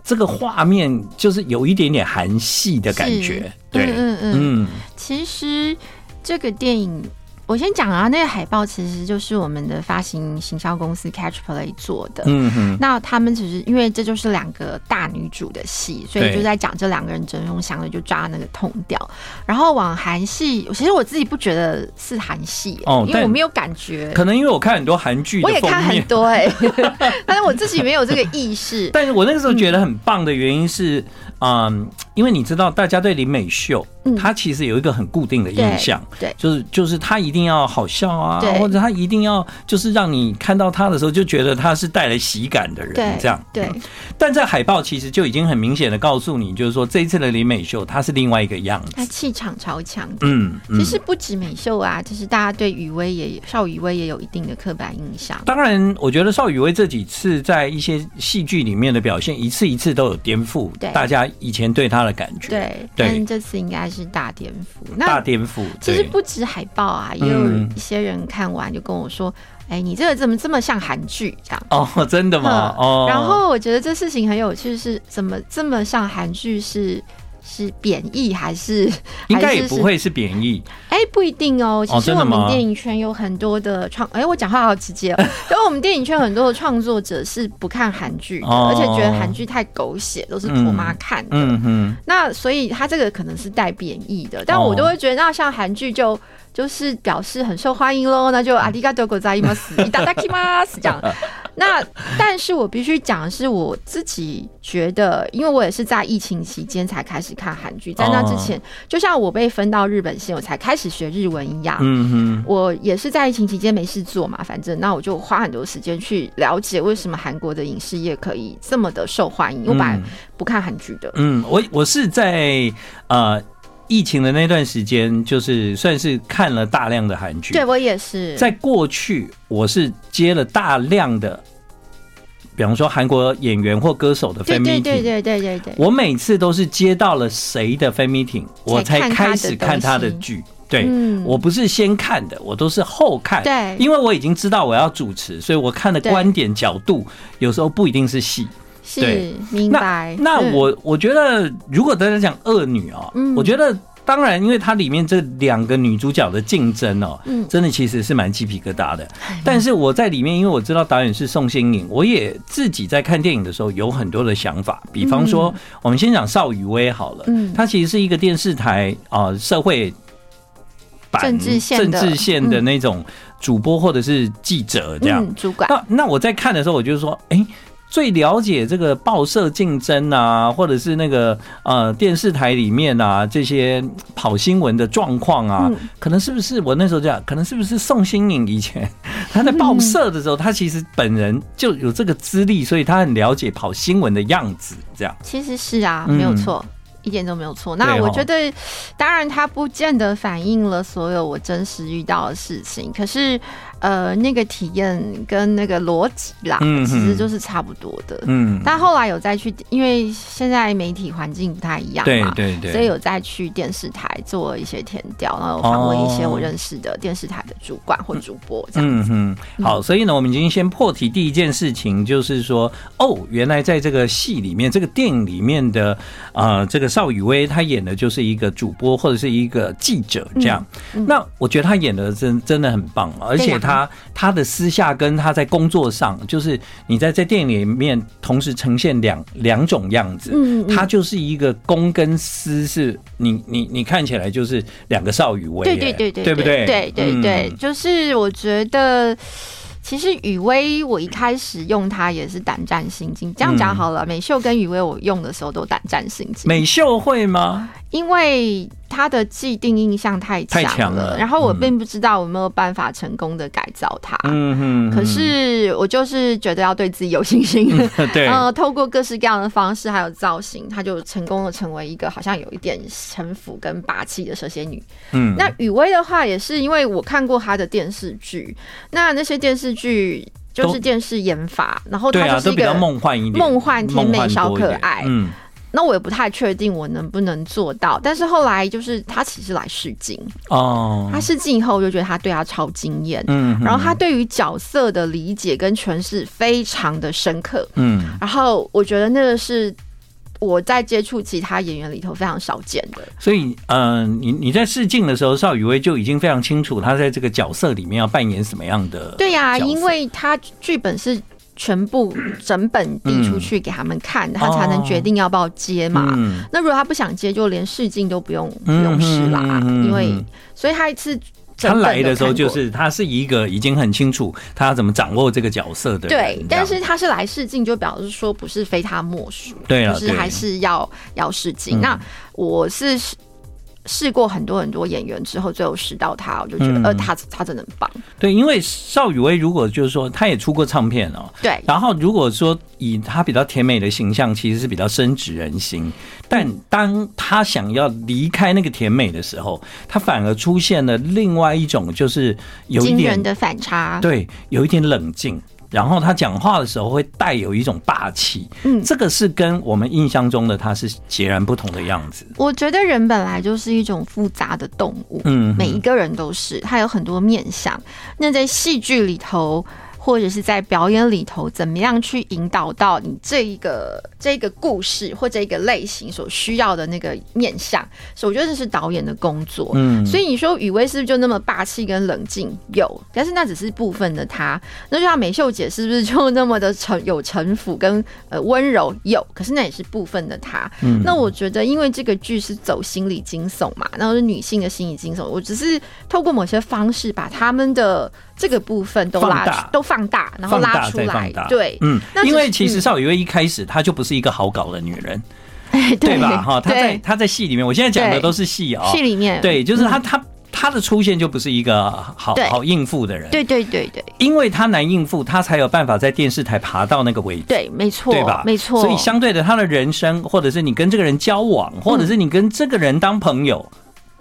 S2: 这个画面就是有一点点韩系的感
S3: 是
S2: 觉，对，
S3: 嗯嗯嗯，
S2: 嗯
S3: 其实这个电影，我先讲啊，那个海报其实就是我们的发行行销公司 Catch Play 做的。
S2: 嗯哼，
S3: 那他们只是因为这就是两个大女主的戏，所以
S2: 对
S3: 就在讲这两个人针锋相对，就抓那个痛调。然后往韩戏，其实我自己不觉得是韩戏、
S2: 哦
S3: 因为我
S2: 但
S3: 没有感觉。
S2: 可能因为我看很多韩剧
S3: 我
S2: 的
S3: 也
S2: 封
S3: 看很
S2: 面，
S3: 多哎、 但是我自己没有这个意识。
S2: 但是我那个时候觉得很棒的原因是，嗯，因为你知道大家对林美秀
S3: 嗯，
S2: 她其实有一个很固定的印象。
S3: 对，
S2: 就是就是他一定要好笑啊
S3: 对，
S2: 或者他一定要就是让你看到他的时候就觉得他是带来喜感的人
S3: 对，
S2: 这样。
S3: 对，
S2: 但在海报其实就已经很明显的告诉你，就是说这一次的林美秀她是另外一个样
S3: 她
S2: 子。
S3: 气场超强的。
S2: 嗯，嗯
S3: 哎其实不止美秀啊，其实大家对雨薇也邵雨薇也有一定的刻板印象。
S2: 当然，我觉得邵雨薇这几次在一些戏剧里面的表现，一次一次都有颠覆
S3: 对
S2: 大家以前对她的感觉，
S3: 对，
S2: 对
S3: 但这次应该是大颠覆。
S2: 大
S3: 那
S2: 颠覆。
S3: 其实
S2: 对
S3: 不止海报啊，也有
S2: 嗯
S3: 一些人看完就跟我说：“哎、你这个怎么这么像韩剧？”这样。
S2: 哦，真的吗？
S3: 嗯
S2: 哦，
S3: 然后我觉得这事情很有趣，是怎么这么像韩剧是？是贬义还是
S2: 应该
S3: 还
S2: 也
S3: 是
S2: 不会是贬义，
S3: 哎、不一定哦。其实
S2: 真
S3: 我
S2: 的吗
S3: 们电影圈有很多的创，哎、我讲话好直接 哦。因为我们电影圈很多的创作者是不看韩剧的，
S2: 哦
S3: 而且觉得韩剧太狗血，都是婆妈看的。
S2: 嗯哼，
S3: 那所以他这个可能是带贬义的，但我都会觉得，那像韩剧就就是表示很受欢迎喽，那就阿里嘎多国在伊马斯，伊达达基马斯这样。那但是我必须讲的是，我自己觉得，因为我也是在疫情期间才开始看韩剧，在那之前，就像我被分到日本线，我才开始学日文一样。
S2: 嗯哼，
S3: 我也是在疫情期间没事做嘛，反正那我就花很多时间去了解为什么韩国的影视业可以这么的受欢迎。我本来
S2: 嗯
S3: 不看韩剧的，
S2: 嗯，我我是在呃疫情的那段时间，就是算是看了大量的韩剧。
S3: 对，我也是。
S2: 在过去我是接了大量的，比方说韩国演员或歌手的 fan
S3: 对
S2: meeting，
S3: 对对对对对对，
S2: 我每次都是接到了谁的 fan meeting，我才开始看他的剧。对、
S3: 嗯
S2: 我不是先看的，我都是后看。
S3: 对
S2: 因为我已经知道我要主持，所以我看的
S3: 对
S2: 观点角度有时候不一定是戏。对
S3: 是明白。
S2: 那
S3: 嗯
S2: 我我觉得，如果大家讲恶女哦，
S3: 嗯
S2: 我觉得当然，因为它里面这两个女主角的竞争哦，
S3: 嗯哎
S2: 真的其实是蛮鸡皮疙瘩的。但是我在里面，因为我知道导演是宋新颖，我也自己在看电影的时候有很多的想法。比方说，我们先讲邵雨薇好了，
S3: 嗯
S2: 她其实是一个电视台啊、呃社会。版
S3: 政治线
S2: 政
S3: 的
S2: 治线的
S3: 嗯
S2: 那种主播或者是记者这样，
S3: 嗯主管，
S2: 那那我在看的时候，我就说，哎、最了解这个报社竞争啊，或者是那个呃电视台里面啊这些嗯跑新闻的状况啊，
S3: 嗯
S2: 可能是不是我那时候这样，可能是不是宋新颖以前 他在报社的时候，他其实本人就有这个资历，所以他很了解跑新闻的样子，这样。
S3: 其实是啊，
S2: 嗯
S3: 没有错。一点都没有错。那
S2: 对哦
S3: 我觉得，当然它不见得反映了所有我真实遇到的事情，可是，呃，那个体验跟那个逻辑啦，
S2: 嗯哼
S3: 其实就是差不多的。
S2: 嗯，
S3: 但后来有再去，因为现在媒体环境不太一样
S2: 对
S3: 嘛，
S2: 对对，
S3: 所以有再去电视台做一些填调，然后有访问一些
S2: 哦
S3: 我认识的电视台的主管或主播这样。
S2: 嗯哼，好，所以呢，我们已经先破题。第一件事情就是说，哦，原来在这个戏里面，这个电影里面的，呃，这个邵雨薇她演的就是一个主播或者是一个记者这样。那我觉得她演的真嗯真的很棒，而且她她的私下跟她在工作上，就是你在在电影里面同时呈现两两种样子。
S3: 嗯嗯
S2: 她就是一个公跟私是你你你看起来就是两个邵雨薇
S3: 对
S2: 耶，
S3: 对对对
S2: 对不对？
S3: 对对对，
S2: 嗯
S3: 就是我觉得。其实雨薇，我一开始用它也是胆战心惊。这样讲好了，美秀跟雨薇我用的时候都胆战心惊，
S2: 嗯美秀会吗？
S3: 因为它的既定印象太
S2: 太
S3: 强了，
S2: 强了
S3: 然后我
S2: 嗯
S3: 并不知道我有没有办法成功的改造它。
S2: 嗯哼
S3: 可是我就是觉得要对自己有信心，
S2: 哼 嗯对，
S3: 呃，透过各式各样的方式还有造型，她就成功的成为一个好像有一点城府跟霸气的蛇蝎女。
S2: 嗯，
S3: 那雨薇的话，也是因为我看过她的电视剧，那那些电视剧就是
S2: 都
S3: 电视研发，然后
S2: 对啊，
S3: 她就是
S2: 都
S3: 一
S2: 比较
S3: 个。
S2: 梦幻一点，
S3: 梦幻甜美
S2: 梦幻
S3: 小
S2: 多一
S3: 可
S2: 点
S3: 爱
S2: 嗯，
S3: 那我也不太确定我能不能做到，但是后来就是她其实来试镜，
S2: 哦
S3: 她，试镜以后，我就觉得她对她超惊艳，
S2: 嗯
S3: 然后她对于角色的理解跟诠释非常的深刻，
S2: 嗯，
S3: 然后我觉得那个是我在接触其他演员里头非常少见的。
S2: 所以，嗯、你你在试镜的时候，邵雨薇就已经非常清楚她在这个角色里面要扮演什么样的，
S3: 对呀、
S2: 角色
S3: 因为他剧本是全部整本递出去给他们看，他才能决定要不要接嘛。
S2: 嗯，
S3: 那如果他不想接，就连试镜都不用不
S2: 嗯
S3: 用试啦，
S2: 嗯嗯嗯嗯
S3: 因为所以他一次整
S2: 她
S3: 本都
S2: 来的时候
S3: 看过
S2: 就是她是一个已经很清楚她要怎么掌握这个角色的人，
S3: 对，但
S2: 这
S3: 是
S2: 样
S3: 他是来试镜，就表示说不是非他莫属，
S2: 对啊
S3: 就是还
S2: 对
S3: 是要要试镜。
S2: 嗯
S3: 那我是试试过很多很多演员之后，最后试到他，我就觉得、
S2: 嗯
S3: 呃，他他真的很棒，
S2: 对，因为邵雨薇如果就是说她也出过唱片哦，
S3: 对，
S2: 然后，如果说以她比较甜美的形象，其实是比较深植人心。但当她想要离开那个甜美的时候，她反而出现了另外一种，就是有一
S3: 惊人
S2: 点
S3: 的反差，
S2: 对，有一点冷静。然后她讲话的时候会带有一种霸气，
S3: 嗯
S2: 这个是跟我们印象中的她是截然不同的样子。
S3: 我觉得人本来就是一种复杂的动物，
S2: 嗯，
S3: 每一个人都是，他有很多面相。那在戏剧里头，或者是在表演里头，怎么样去引导到你这一个这个故事或这一个类型所需要的那个面相？所以我觉得这是导演的工作。
S2: 嗯，
S3: 所以你说雨薇是不是就那么霸气跟冷静？有，但是那只是部分的她。那就像美秀姐是不是就那么的城有城府跟呃温柔？有，可是那也是部分的她。
S2: 嗯
S3: 那我觉得，因为这个剧是走心理惊悚嘛，然后是女性的心理惊悚，我只是透过某些方式把他们的这个部分都拉
S2: 放大
S3: 都放大，然后
S2: 放大
S3: 拉出
S2: 再放
S3: 来
S2: 大，
S3: 对。
S2: 嗯
S3: 那，只
S2: 因
S3: 是
S2: 为其实
S3: 嗯
S2: 邵雨薇一开始她就不是一个好搞的女人，
S3: 哎
S2: 对吧？哈，她在
S3: 对，
S2: 她在戏里面，我现在讲的
S3: 对
S2: 都是戏啊、
S3: 戏里面
S2: 对，就是他他他他的出现就不是一个好
S5: 嗯对
S2: 好应付的人，
S5: 对对对对
S2: 因为他难应付，他才有办法在电视台爬到那个位置。
S5: 对，没错，
S2: 对吧？
S5: 没错，
S2: 所以相对的，他的人生，或者是你跟这个人交往，
S5: 嗯
S2: 或者是你跟这个人当朋友，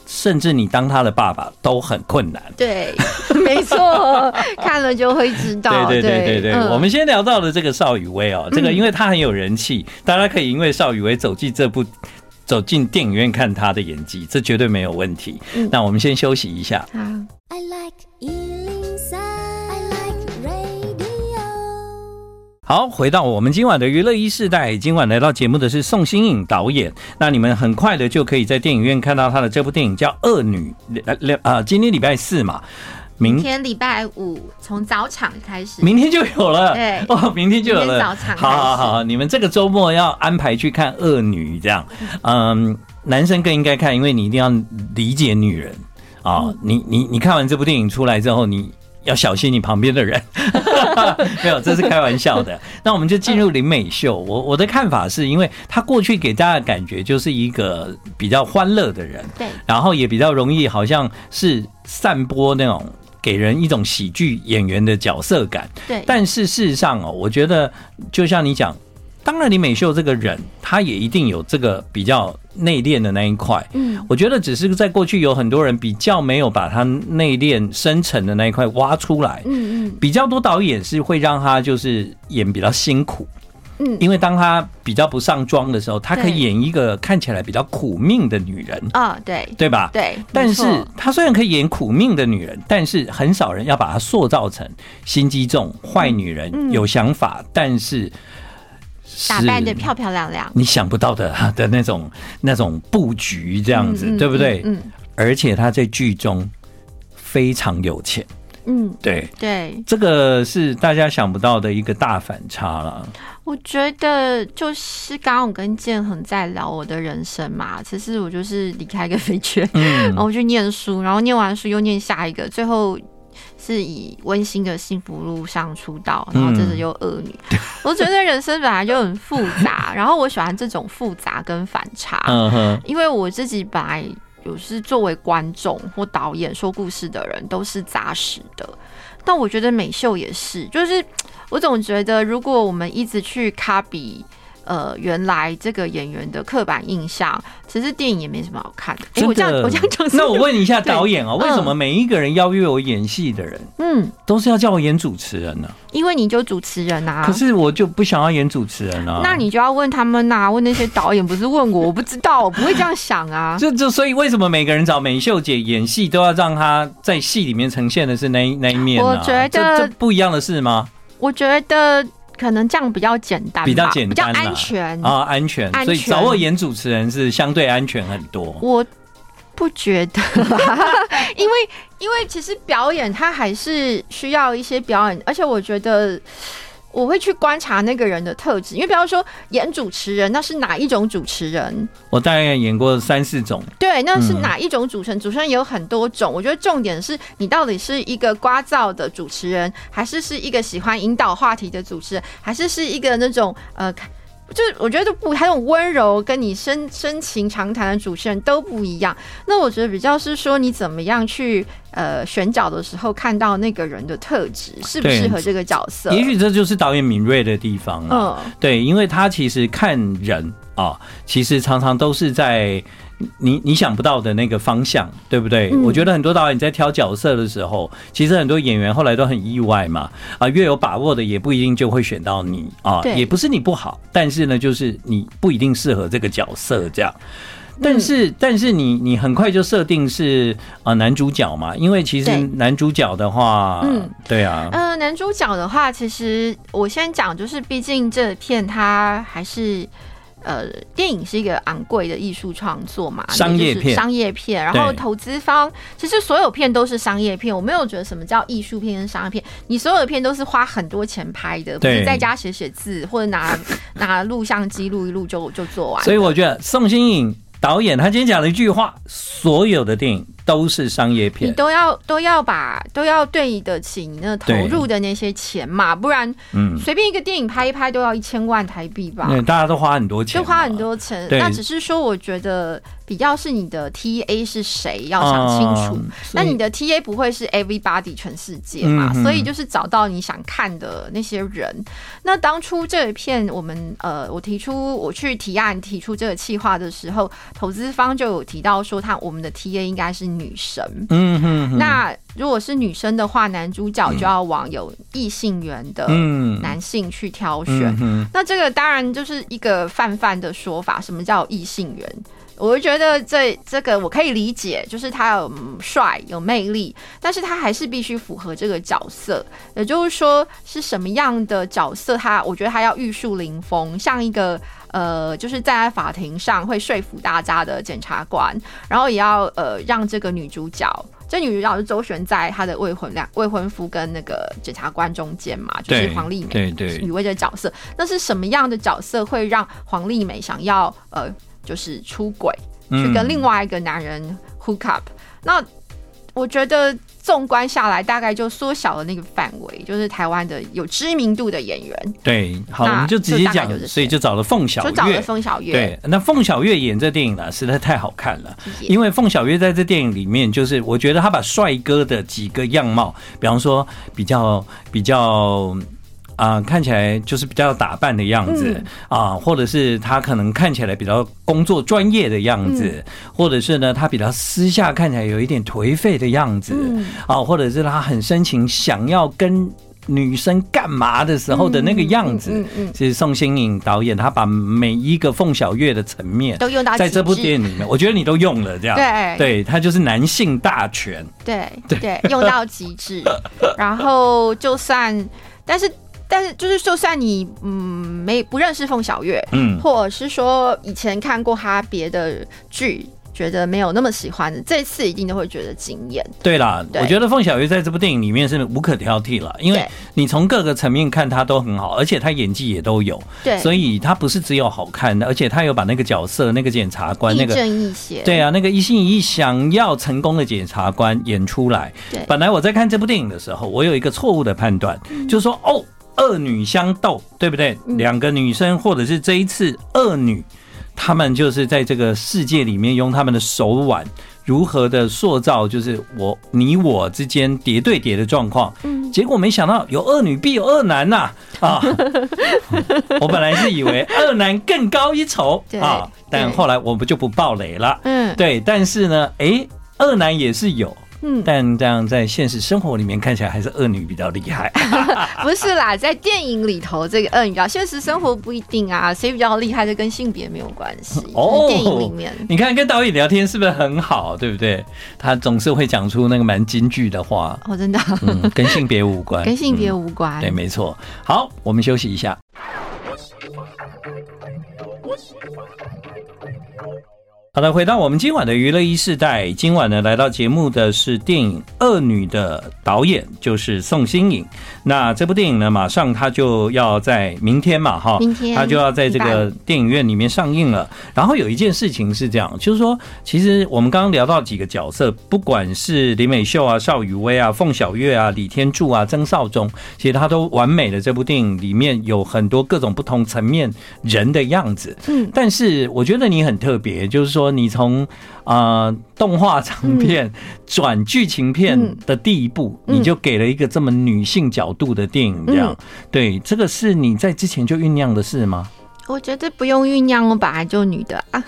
S2: 甚至你当他的爸爸，都很困难。
S5: 对， 没 错，看了就会知道。
S2: 对对对对对，
S5: 嗯
S2: 我们先聊到了这个邵雨薇哦，这个
S5: 嗯
S2: 因为她很有人气，大家可以因为邵雨薇走进这部。走进电影院看她的演技，这绝对没有问题。
S5: 嗯
S2: 那我们先休息一下。
S5: 好。
S4: I like Ealing Sound. I like radio.
S2: 好，回到我们今晚的娱乐一世代，今晚来到节目的是宋新颖导演。那你们很快的就可以在电影院看到他的这部电影叫《恶女》，呃呃，今天礼拜四嘛，
S3: 明
S2: 明
S3: 天礼拜五从早场开始，
S2: 明天就有了，
S3: 对
S2: 哦，明天就有
S3: 明天
S2: 了，
S3: 早场
S2: 好好
S3: 开
S2: 好，你们这个周末要安排去看《恶女》这样，嗯，男生更应该看，因为你一定要理解女人啊、
S3: 嗯
S2: 你你你看完这部电影出来之后，你要小心你旁边的 人，没有，这是开玩笑的。那我们就进入林美秀，我我的看法是因为她过去给大家的感觉就是一个比较欢乐的人，
S3: 对，
S2: 然后也比较容易，好像是散播那种给人一种喜剧演员的角色感。
S3: 对，
S2: 但是事实上哦，我觉得就像你讲，当然李美秀这个人，她也一定有这个比较内敛的那一块。
S3: 嗯，
S2: 我觉得只是在过去有很多人比较没有把她内敛深沉的那一块挖出来。
S3: 嗯嗯
S2: 比较多导演是会让她就是演比较辛苦，
S3: 嗯
S2: 因为当她比较不上妆的时候，她可以
S3: 对
S2: 演一个看起来比较苦命的女人，
S3: 啊，对
S2: 对吧？
S3: 对，
S2: 但
S3: 没错
S2: 是她虽然可以演苦命的女人，但是很少人要把她塑造成心机重、坏女人、
S3: 嗯
S2: 有想法，但是
S3: 打扮的漂
S2: 亮，
S3: 漂亮亮，
S2: 你想不到的的那种那种布局，这样子、
S3: 嗯嗯
S2: 对不对？
S3: 嗯嗯
S2: 而且她在剧中非常有钱，
S3: 嗯，
S2: 对，
S3: 对，
S2: 这个是大家想不到的一个大反差了。
S3: 我觉得就是刚刚我跟建恒在聊我的人生嘛，其实我就是离开一个肥圈，然
S2: 嗯
S3: 后我去念书，然后念完书又念下一个，最后是以温馨的幸福路上出道，然后接着又恶女。我觉得人生本来就很复杂，然后我喜欢这种复杂跟反差，
S2: 嗯哼，
S3: 因为我自己本来有是作为观众或导演说故事的人都是扎实的，但我觉得美秀也是，就是我总觉得如果我们一直去 copy。呃，原来这个演员的刻板印象，其实电影也没什么好看的。哎、
S2: 真
S3: 我这样
S2: 的。
S3: 我这样讲是不是，
S2: 那我问一下导演哦，
S3: 对
S2: 为什么每一个人邀约我演戏的人，
S3: 嗯，
S2: 都是要叫我演主持人呢、
S3: 因为你就主持人啊
S2: 可，是我就不想要演主持人啊。
S3: 那你就要问他们呐、问那些导演，不是问我，我不知道，我不会这样想啊。
S2: 这这，所以为什么每个人找美秀姐演戏，都要让她在戏里面呈现的是那一那一面呢、
S3: 我觉得
S2: 这这不一样的事吗？
S3: 我觉得可能这样比较简单吧，
S2: 比较简单啊
S3: 比较安全。
S2: 啊，安全，
S3: 安全
S2: 所以找我演主持人是相对安全很多。
S3: 我不觉得 啦，因为因为其实表演它还是需要一些表演，而且我觉得。我会去观察那个人的特质，因为比方说演主持人，那是哪一种主持人？
S2: 我大概演过三四种，
S3: 对，那是
S2: 嗯
S3: 哪一种主持人？主持人有很多种，我觉得重点是你到底是一个聒噪的主持人，还是是一个喜欢引导话题的主持人，还是是一个那种呃。就是我觉得不，还有温柔跟你深深情长谈的主持人都不一样。那我觉得比较是说你怎么样去呃选角的时候看到那个人的特质适不
S2: 对
S3: 适合这个角色。
S2: 也许这就是导演敏锐的地方啊。
S3: 嗯，
S2: 对，因为他其实看人啊、其实常常都是在你你想不到的那个方向，对不对？
S3: 嗯
S2: 我觉得很多导演在挑角色的时候，其实很多演员后来都很意外嘛，啊，越有把握的也不一定就会选到你啊，
S3: 对
S2: 也不是你不好，但是呢，就是你不一定适合这个角色这样。
S3: 嗯
S2: 但是，但是你你很快就设定是啊、呃男主角嘛，因为其实
S3: 对
S2: 男主角的话，
S3: 嗯
S2: 对啊，
S3: 呃，男主角的话，其实我先讲，就是毕竟这片它还是。呃，电影是一个昂贵的艺术创作嘛，
S2: 商业片
S3: 就是商业片，然后投资方其实所有片都是商业片，我没有觉得什么叫艺术片跟商业片，你所有的片都是花很多钱拍的，不
S2: 对
S3: 是在家写写字或者 拿拿录像机录一录就就做完。
S2: 所以我觉得宋新颖导演他今天讲了一句话：所有的电影都是商业
S3: 你
S2: 片。
S3: 都要都要把都要对得起你那投
S2: 对
S3: 入的那些钱嘛，不然
S2: 嗯，
S3: 随便一个电影拍一拍都要一千万台币吧。
S2: 那大家都花很多钱
S3: 就
S2: 嘛，
S3: 花很多钱。
S2: 对
S3: 那只是说，我觉得比较是你的 TA 是谁，要想清楚。
S2: 嗯
S3: 那你
S2: 所以
S3: 的 TA 不会是 everybody 全世界嘛？
S2: 嗯嗯
S3: 所以就是找到你想看的那些人。那当初这一片我们呃，我提出我去提案提出这个计划的时候，投资方就有提到说他我们的 TA 应该是女神。
S2: 嗯哼哼，
S3: 那如果是女生的话，男主角就要往有异性缘的
S2: 嗯
S3: 男性去挑选。
S2: 嗯哼
S3: 那这个当然就是一个泛泛的说法，什么叫异性缘？我就觉得这这个我可以理解，就是他有嗯帅有魅力，但是他还是必须符合这个角色。也就是说，是什么样的角色他，我觉得他要玉树临风，像一个呃，就是站在法庭上会说服大家的检察官，然后也要呃让这个女主角。这女主角是周旋在她的未婚两未婚夫跟那个检察官中间嘛，就是
S2: 对
S3: 黄丽梅。
S2: 对对
S3: 雨薇的角色，那是什么样的角色会让黄丽梅想要呃，就是出轨，
S2: 嗯
S3: 去跟另外一个男人 hook up？、那我觉得纵观下来，大概就缩小了那个范围，就是台湾的有知名度的演员，
S2: 对，好，我
S3: 那
S2: 们就直接
S3: 就大概
S2: 讲
S3: 就，是
S2: 所以就找了凤小
S3: 就找了
S2: 岳。
S3: 风小月。
S2: 对，那凤小岳演这电影呢，实在太好看了。
S3: 谢谢
S2: 因为凤小岳在这电影里面，就是我觉得他把帅哥的几个样貌，比方说比较比较。啊、看起来就是比较打扮的样子
S3: 嗯
S2: 啊、或者是他可能看起来比较工作专业的样子，
S3: 嗯
S2: 或者是呢他比较私下看起来有一点颓废的样子
S3: 嗯
S2: 啊、或者是他很深情想要跟女生干嘛的时候的那个样子。
S3: 嗯嗯嗯
S2: 其实宋新颖导演他把每一个凤小岳的层面
S3: 都用到
S2: 在这部
S3: 极致
S2: 电影里面，我觉得你都用了这样。
S3: 对
S2: 对，他就是男性大全。
S3: 对对，用到极 致。然后就算，但是但是就是，就算你嗯没不认识凤小岳，
S2: 嗯
S3: 或者是说以前看过他别的剧，觉得没有那么喜欢的，这次一定都会觉得惊艳。
S2: 对啦，
S3: 对
S2: 我觉得凤小岳在这部电影里面是无可挑剔了，因为
S3: 对
S2: 你从各个层面看他都很好，而且他演技也都有，
S3: 对，
S2: 所
S3: 以
S2: 以他不是只有好看的，而且他有把那个角色、那个检察官、那
S3: 亦
S2: 个
S3: 正亦邪。
S2: 对啊，那个一心一意想要成功的检察官演出来。
S3: 对
S2: 本来我在看这部电影的时候，我有一个错误的判断，
S3: 嗯
S2: 就是说哦，恶女相斗，对不对？两、个女生，或者是这一次恶女，她们就是在这个世界里面用她们的手腕。如何的塑造就是我你我之间叠对叠的状况，嗯，结果没想到有恶女必有恶男呐 啊！我本来是以为恶男更高一筹
S3: 对
S2: 啊，但
S3: 对
S2: 后来我们就不爆雷了，
S3: 嗯，
S2: 对，但是呢，诶，恶男也是有，
S3: 嗯
S2: 但这样在现实生活里面看起来还是恶女比较厉 害。
S3: 不是啦，在电影里头这个嗯恶女角，现实生活不一定啊，谁比较厉害，这跟性别没有关系。就是电影里面，
S2: 哦你看跟导演聊天是不是很好，对不对？他总是会讲出那个蛮金句的话，
S3: 哦，真的、
S2: 嗯，跟性别无关，
S3: 跟性别
S2: 嗯
S3: 无关。
S2: 对，没错。好，我们休息一下。好的，回到我们今晚的娱乐一世代，今晚呢来到节目的是电影《恶女》的导演，就是宋新颖。那这部电影呢，马上它就要在明天嘛，哈，
S3: 明天
S2: 它就要在这
S3: 礼拜
S2: 个电影院里面上映了。然后有一件事情是这样，就是说，其实我们刚刚聊到几个角色，不管是李美秀啊、邵雨薇啊、凤小岳啊、李天柱啊、曾少宗，其实他都完美的这部电影里面有很多各种不同层面人的样子。
S3: 嗯
S2: 但是我觉得你很特别，就是说你从啊动画长片转剧情片的第一步，
S3: 嗯
S2: 你就给了一个这么女性角度的电影，这样对，这个是你在之前就酝酿的事吗？
S3: 我觉得不用酝酿，我本来就女的啊。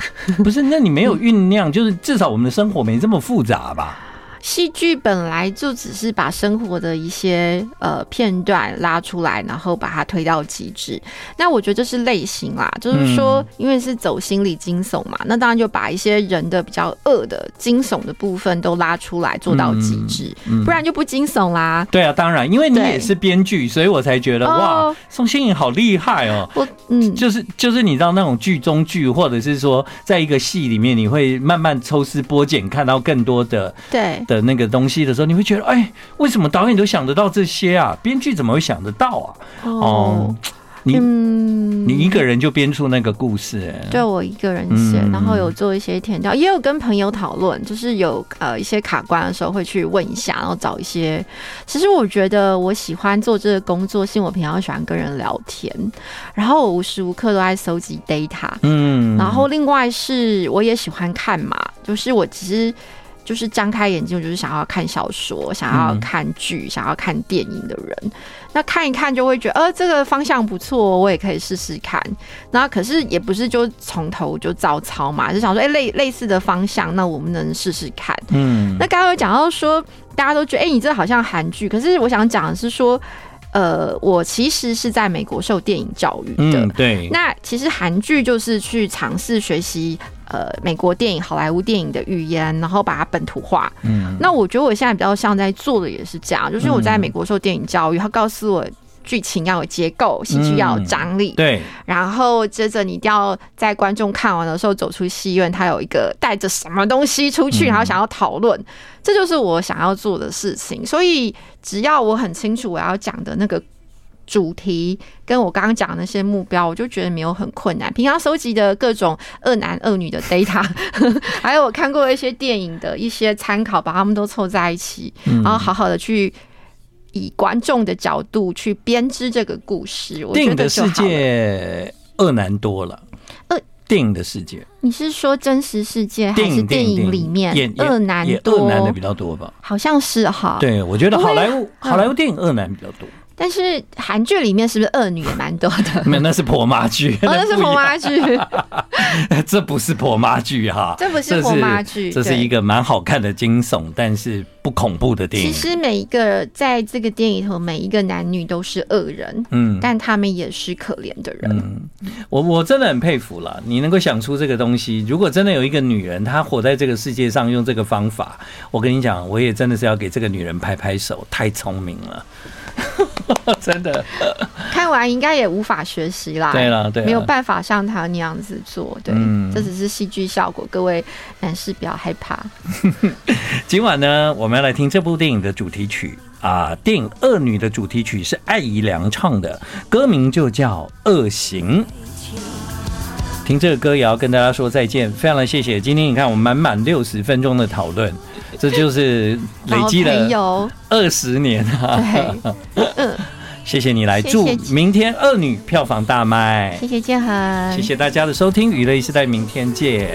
S2: 不是，那你没有酝酿，就是至少我们的生活没这么复杂吧？
S3: 戏剧本来就只是把生活的一些呃片段拉出来，然后把它推到极致。那我觉得这是类型啦，就是
S2: 嗯
S3: 说，因为是走心理惊悚嘛，那当然就把一些人的比较恶的惊悚的部分都拉出来做到极致，
S2: 嗯
S3: 不然就不惊悚啦。
S2: 对啊，当然，因为你
S3: 对
S2: 也是编剧，所以我才觉得哇
S3: 哦，
S2: 宋欣颖好厉害哦。
S3: 我嗯，
S2: 就是就是你知道那种剧中剧，或者是说在一个戏里面，你会慢慢抽丝剥茧，看到更多的
S3: 对。
S2: 的那个东西的时候，你会觉得，哎，为什么导演都想得到这些啊？编剧怎么会想得到啊？哦，你
S3: 嗯，
S2: 你一个人就编出那个故事、哎
S3: 对我一个人写，
S2: 嗯
S3: 然后有做一些填调，也有跟朋友讨论，就是有呃一些卡关的时候会去问一下，然后找一些。其实我觉得我喜欢做这个工作，是因为我平常喜欢跟人聊天，然后我无时无刻都在搜集 data，
S2: 嗯
S3: 然后另外是我也喜欢看嘛，就是我其实就是张开眼睛，我就是想要看小说，想要
S2: 嗯
S3: 看剧，想要看电影的人。那看一看就会觉得，呃，这个方向不错，我也可以试试看。那可是也不是就从头就照抄嘛，就想说，哎、类类似的方向，那我们能试试看。
S2: 嗯
S3: 那刚刚有讲到说，大家都觉得，哎、你这好像韩剧，可是我想讲的是说。呃，我其实是在美国受电影教育的，
S2: 嗯对，
S3: 那其实韩剧就是去尝试学习呃美国电影、好莱坞电影的语言，然后把它本土化。
S2: 嗯
S3: 那我觉得我现在比较像在做的也是这样，就是我在美国受电影教育，他告诉我。剧情要有结构，戏剧
S2: 嗯
S3: 要有张力，
S2: 对，
S3: 然后接着你一定要在观众看完的时候走出戏院，他有一个带着什么东西出去，
S2: 嗯
S3: 然后想要讨论，这就是我想要做的事情。所以只要我很清楚我要讲的那个主题，跟我刚刚讲的那些目标，我就觉得没有很困难。平常收集的各种恶男恶女的 data，还 有我看过一些电影的一些参考，把它们都凑在一起，
S2: 嗯
S3: 然后好好的去。以观众的角度去编织这个故事，我
S2: 电
S3: 觉
S2: 影
S3: 得
S2: 的
S3: 就
S2: 世
S3: 好了。
S2: 界恶难多了。
S3: 呃
S2: 电影的世界，
S3: 你是说真实世界还
S2: 电
S3: 是
S2: 影
S3: 电影里面
S2: 演演
S3: 恶男
S2: 演
S3: 多？
S2: 恶男的比较多吧？
S3: 好像是哈，
S2: 对，我觉得好莱坞
S3: 嗯
S2: 好莱坞电影恶男比较多，
S3: 但是韩剧里面是不是恶女也蛮多的？
S2: 没有那是婆妈剧，
S3: 哦，那是
S2: 不一
S3: 婆
S2: 样，
S3: 妈剧，
S2: 这不是婆妈剧哈，
S3: 这不是婆妈剧，
S2: 这是
S3: 对
S2: 一个蛮好看的惊悚，但是不恐怖的 电影。
S3: 其实每一个在这个电影里头，每一个男女都是恶人，
S2: 嗯，
S3: 但他们也是可怜的人。
S2: 我我真的很佩服啦，你能够想出这个东西。如果真的有一个女人，她活在这个世界上，用这个方法，我跟你讲，我也真的是要给这个女人拍拍手，太聪明了， 真的。
S3: 看完应该也无法学习啦，
S2: 对了，对啦，
S3: 没有办法像他那样子做。对，
S2: 嗯
S3: 这只是戏剧效果，各位男士不要害怕。
S2: 今晚呢，我们要来听这部电影的主题曲啊，电影《恶女》的主题曲是艾怡良唱的，歌名就叫《恶行》。听这个歌也要跟大家说再见，非常的谢谢。今天你看，我们满满六十分钟的讨论，这就是累积
S3: 老朋
S2: 了
S3: 友，
S2: 二十年啊！
S3: 对，
S2: 谢谢你来，
S3: 谢谢
S2: 祝明天《恶女》票房大卖
S3: 谢。谢建恒，
S2: 谢谢大家的收听，娱乐一时代，明天见。